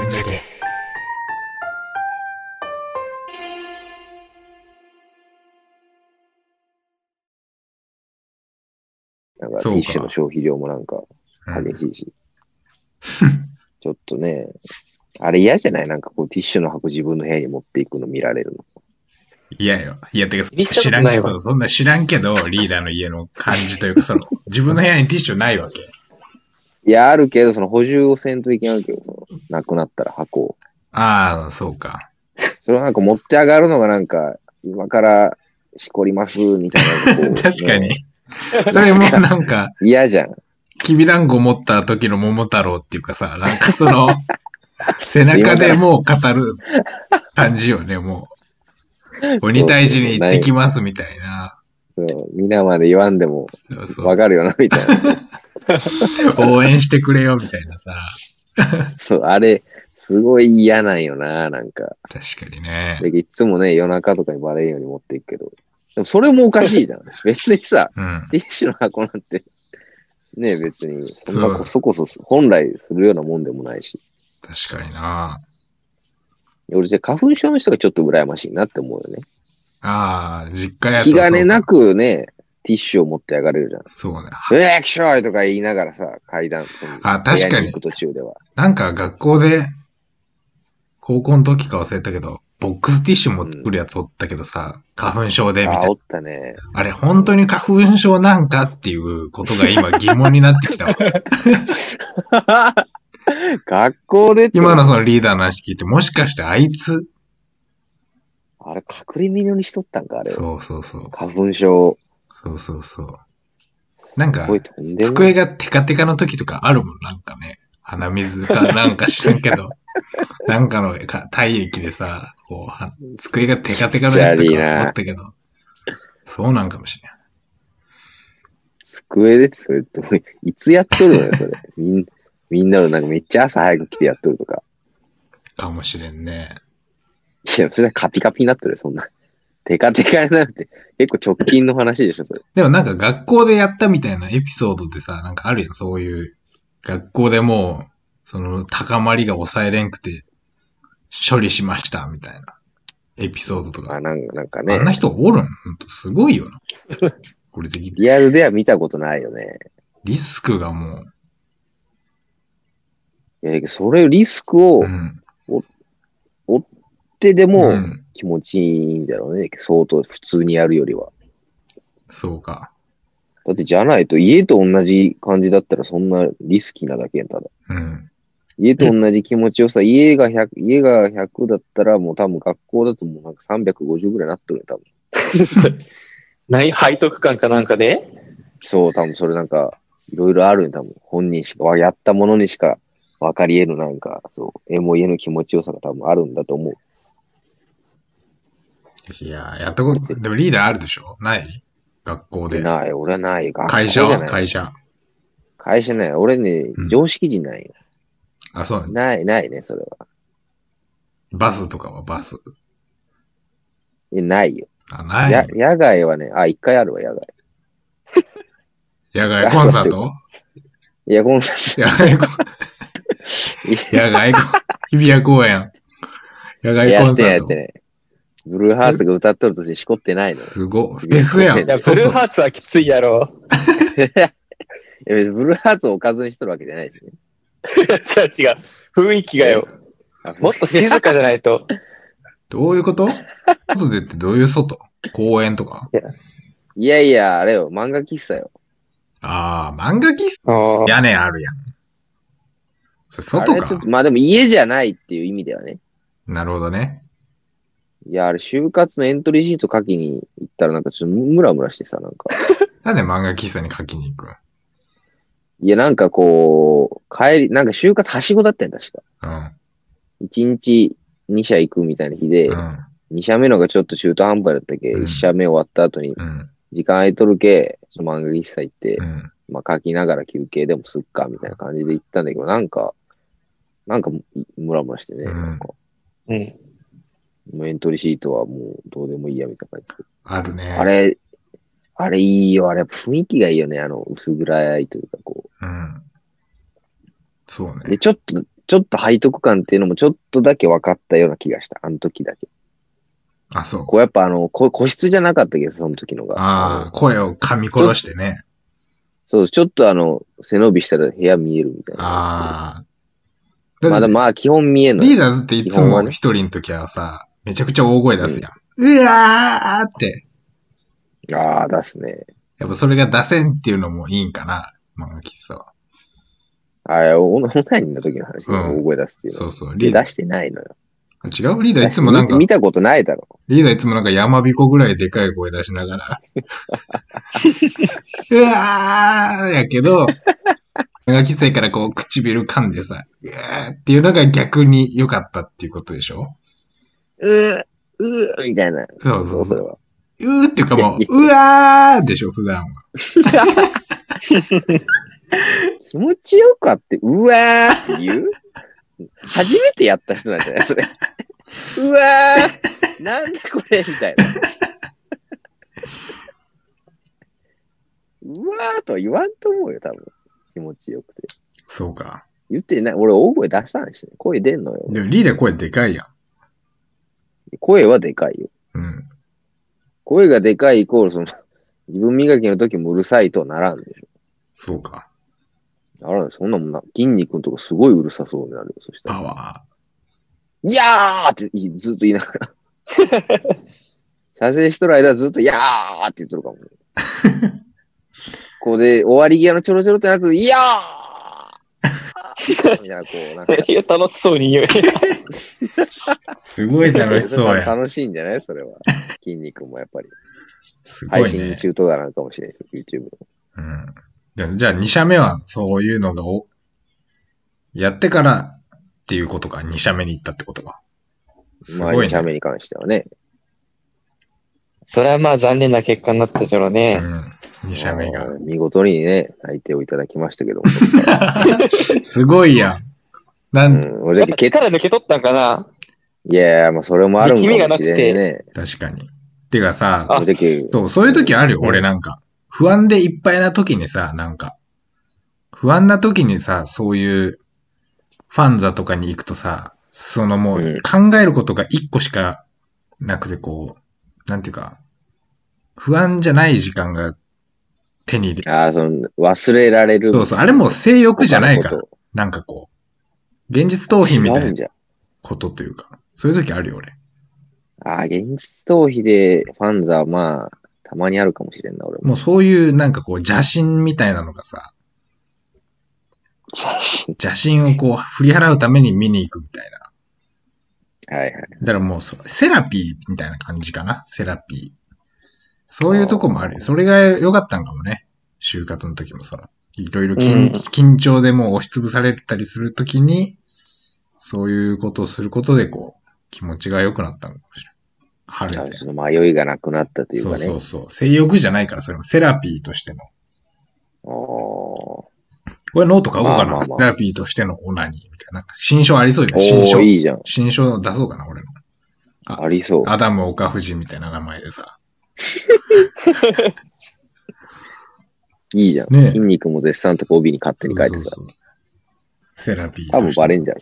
で。なんか、テそうかィッシュの消費量もなんかうん激しいし。 ちょっとね、あれ嫌じゃないなんかこうティッシュの箱自分の部屋に持っていくの見られるの。いやよ。いや、てか、気にした知ことらんないけわど、そんな知らんけど、リーダーの家の感じというか、その、自分の部屋にティッシュないわけ。いや、あるけど、その補充をせんといけないけど、そのなくなったら箱を。ああ、そうか。それをなんか持って上がるのがなんか、今からしこります、みたいな のがこう。確かにね。。それもなんか、嫌じゃん。きびだんご持った時の桃太郎っていうかさ、なんかその、背中でもう語る感じよね、もう。鬼退治に行ってきますみたいな。そう皆まで言わんでも、そうそわう。かるよな、みたい な。応援してくれよ、みたいなさ。そう、あれ、すごい嫌なんよな、なんか。確かにね。でいつもね、夜中とかにバレんように持っていくけど。でもそれもおかし いじゃん。別にさ、うん。ティッシュの箱なんて、ねえ、別に、そんなそこうそこそ本来するようなもんでもないし。確かにな。俺、じゃあ花粉症の人がちょっと羨ましいなって思うよね。ああ、実家やと気そうか兼ねなくね、ティッシュを持って上がれるじゃん。そうね。えー、きしょいとか言いながらさ、階段、その、あ確かに部屋行く途中では。なんか学校で、高校の時か忘れたけど、ボックスティッシュ持ってくるやつおったけどさ、花粉症で、みたいあ、なお。ったね。あれ、本当に花粉症なんかっていうことが今疑問になって きたわ。学校でって今のそのリーダーの話聞いて、もしかしてあいつあれ、隠れ蓑にしとったんか、あれ。そうそうそう。花粉症。そうそうそう。なんかすご、い飛んでんな机がテカテカの時とかあるもん、なんかね。鼻水かなんか知らんけ ど。なんかのか体液でさ、こうは、机がテカテカのやつとジャリーかな思ったけど。そうなんかもしれない。机でってそれどうい、いつやっとるのよ、それ。みんみんなのなんかめっちゃ朝早く来てやっとるとか。かもしれんね。いや、それはカピカピになっとるよ、そんな。テカテカになるって、結構直近の話でしょ、それ。でもなんか学校でやったみたいなエピソードでさ、なんかあるやん、そういう。学校でもう、その高まりが抑えれんくて、処理しました、みたいなエピソードとか。あ、なんかなんかあねんな、人おるんほんとすごいよな。俺的に。リアルでは見たことないよね。リスクがもいや、だけどそれリスクをう、う追っん。てでも、ん、気持ちいいんだろうね。相当普通にやるよりは。そうか。だってじゃないと家と同じ感じだったらそんなリスキーなだけやん、ただ。うん。家と同じ気持ちよさ、家が100、家が100だったらもう多分学校だともうなんか350ぐらいなっとるよ、多分。 ない、背徳感かなんかでそう、多分それなんか、いろいろあるよ、多分。本人しか、わやったものにしか分かり得ぬなんか、そう、えも言えぬ気持ちよさが多分あるんだと思う。いや、やったこと、でもリーダーあるでしょない学校で。ない、俺はない。学校会じ社ゃはない会社。会社ない。俺ねうん、常識人ないよ。あ、そうね。ない、ないね、それは。バスとかはバス。いやないよ。あ、ない。や、野外はね、あ、一回あるわ、野外。野外コンサートいや、この、野外コン野外コン、 日比谷公園。野外コやンってサないやーっト。てない。ブルーハーツが歌っとるとししこってないの。すごい。フェスやん。いや、ブ外ルーハーツはきついやろ。 いや別にブルーハーツをおかずにしとるわけじゃないしね。違う違う。雰囲気がよ。もっと静かじゃない と。どういうこと外でってどういう外公園とかいやいや、あれよ、漫画喫茶よ。ああ、漫画喫茶あー屋根あるやん。それあ外れちょっかと。まあでも家じゃないっていう意味ではね。なるほどね。いや、あれ、就活のエントリーシート書きに行ったらなんかちょっとムラムラしてさ、なんか。なんで漫画喫茶に書きに行くいや、なんかこう、帰り、なんか就活はしごだったんや、確か。うん。 1日2社行くみたいな日で、うん。 2社目のがちょっと中途半端だったけ、うん1社目終わった後にうん。時間空いとるけ、ちょっと漫画喫茶行ってう、ん。まあ書きながら休憩でもすっか、みたいな感じで行ったんだけど、なんか、なんかムラムラしてね、うんなんか、うん。もうエントリーシートはもうどうでもいいや、みたいな感じあるね。で。あれ、あれいいよ、あれ雰囲気がいいよね、あの、薄暗いというか、こうん。そうう。ねで、。ちょっと、ちょっと背徳感っていうのもちょっとだけ分かったような気がした。あの時だけ。あ、そう。こうやっぱあの、こ個室じゃなかったけど、その時のが。ああ、声を噛み殺してね。そう、ちょっとあの、背伸びしたら部屋見えるみたいな。ああ。まだまあ基本見えんのよ。リーダーだっていつ基本もはね一人の時はさ、めちゃくちゃ大声出すやん。うわーって。ああ、出すね。やっぱそれが出せんっていうのもいいんかな、漫画喫茶は。あれ、 オンオンラインの時の話でうん大声出すっていうの。そうそう。でリーダー出してないのよ。違うリーダーいつもなんか見、たことないだろ。リーダーいつもなんか山彦ぐらいでかい声出しながら。うわーやけど、漫画喫茶からこう唇噛んでさ、うわーっていうのが逆に良かったっていうことでしょうー、うー、みたいな。そうそうそそうう。れは。うーっていうかもう、うわーでしょ、普段は。 気持ちよかって、うわーって言う初めてやった人なんじゃない それ。うわー、なんだこれみたいな。うわーとは言わんと思うよ、多分。気持ちよくて。そうか。言ってない。俺、大声出さんし、ね、声出んのよ。でもリーダー声でかいや声はでかいよ。ん。うん。声がでかいイコール、その、 自分磨きの時もうるさいとはならんでしそうか。ょ。ならん、そんなもんな、筋肉のとこすごいうるさそうになるよ、そしたパら。ワいやーっていずっと言いながら。撮影しとる間ずっと、いやーって言っとるかも。ここで、終わり際のちょろちょろってなく、いやーみたいな、こう、なんか。いや、楽しそうに 言う。ー。すごい楽しそう やん。楽しいんじゃないそれは。筋肉もやっぱり。すご配い信ね。中とかなんかもしれないし YouTube の。うんでも。じゃあ2社目はそういうのがお、やってからっていうことか、2社目に行ったってことか。すまあ、ごい2ね社。目に関してはね。それはまあ残念な結果になったじゃろううね。ん。2社目があ。ー見事にね、内定をいただきましたけど、すごいやん。な、うんん、俺やだっぱけけ 力抜けとったんかないやいや、まあそれもあるんかもしれんね。確かに。てかさ、あ俺だけそう、そういう時あるよ、うん俺なんか。不安でいっぱいな時にさ、なんか。不安な時にさ、そういう、ファンザとかに行くとさ、そのもううん考えることが一個しかなくてこう、なんていうか、不安じゃない時間が手に入れ、ああ、その、忘れられる。そうそう、あれもう性欲じゃないから他の、こなんかこう、現実逃と。避みた違ういんなじゃん。ことというか、そういう時あるよ、俺。ああ、現実逃避でファンザはまあ、たまにあるかもしれんな、俺も。もうそういうなんかこう、邪神みたいなのがさ、邪神をこう、振り払うために見に行くみたいな。はいはい。だからもうそ、セラピーみたいな感じかな。セラピー。そういうとこもあるよ。それが良かったんかもね。就活の時もその、いろいろ緊,、うん緊張でもう押しつぶされたりするときに、そういうことをすることで、こう、気持ちが良くなったのかもしれない。晴れて。その迷いがなくなったというかそね。うそうそう。性欲じゃないから、それもセラピーとしての。これノート書こうかな。まあまあまあセラピーとしてのオナニーみたいな。なんか新書ありそうよあね。ー新お書ー、。いいじゃん。新書出そうかな、俺の。ありそう。アダム・オカフジみたいな名前でさ。いいじゃん。ねえ筋肉も絶賛とか帯に勝手に書いてた。そうそうそうセラピー多分としてバレんじゃん。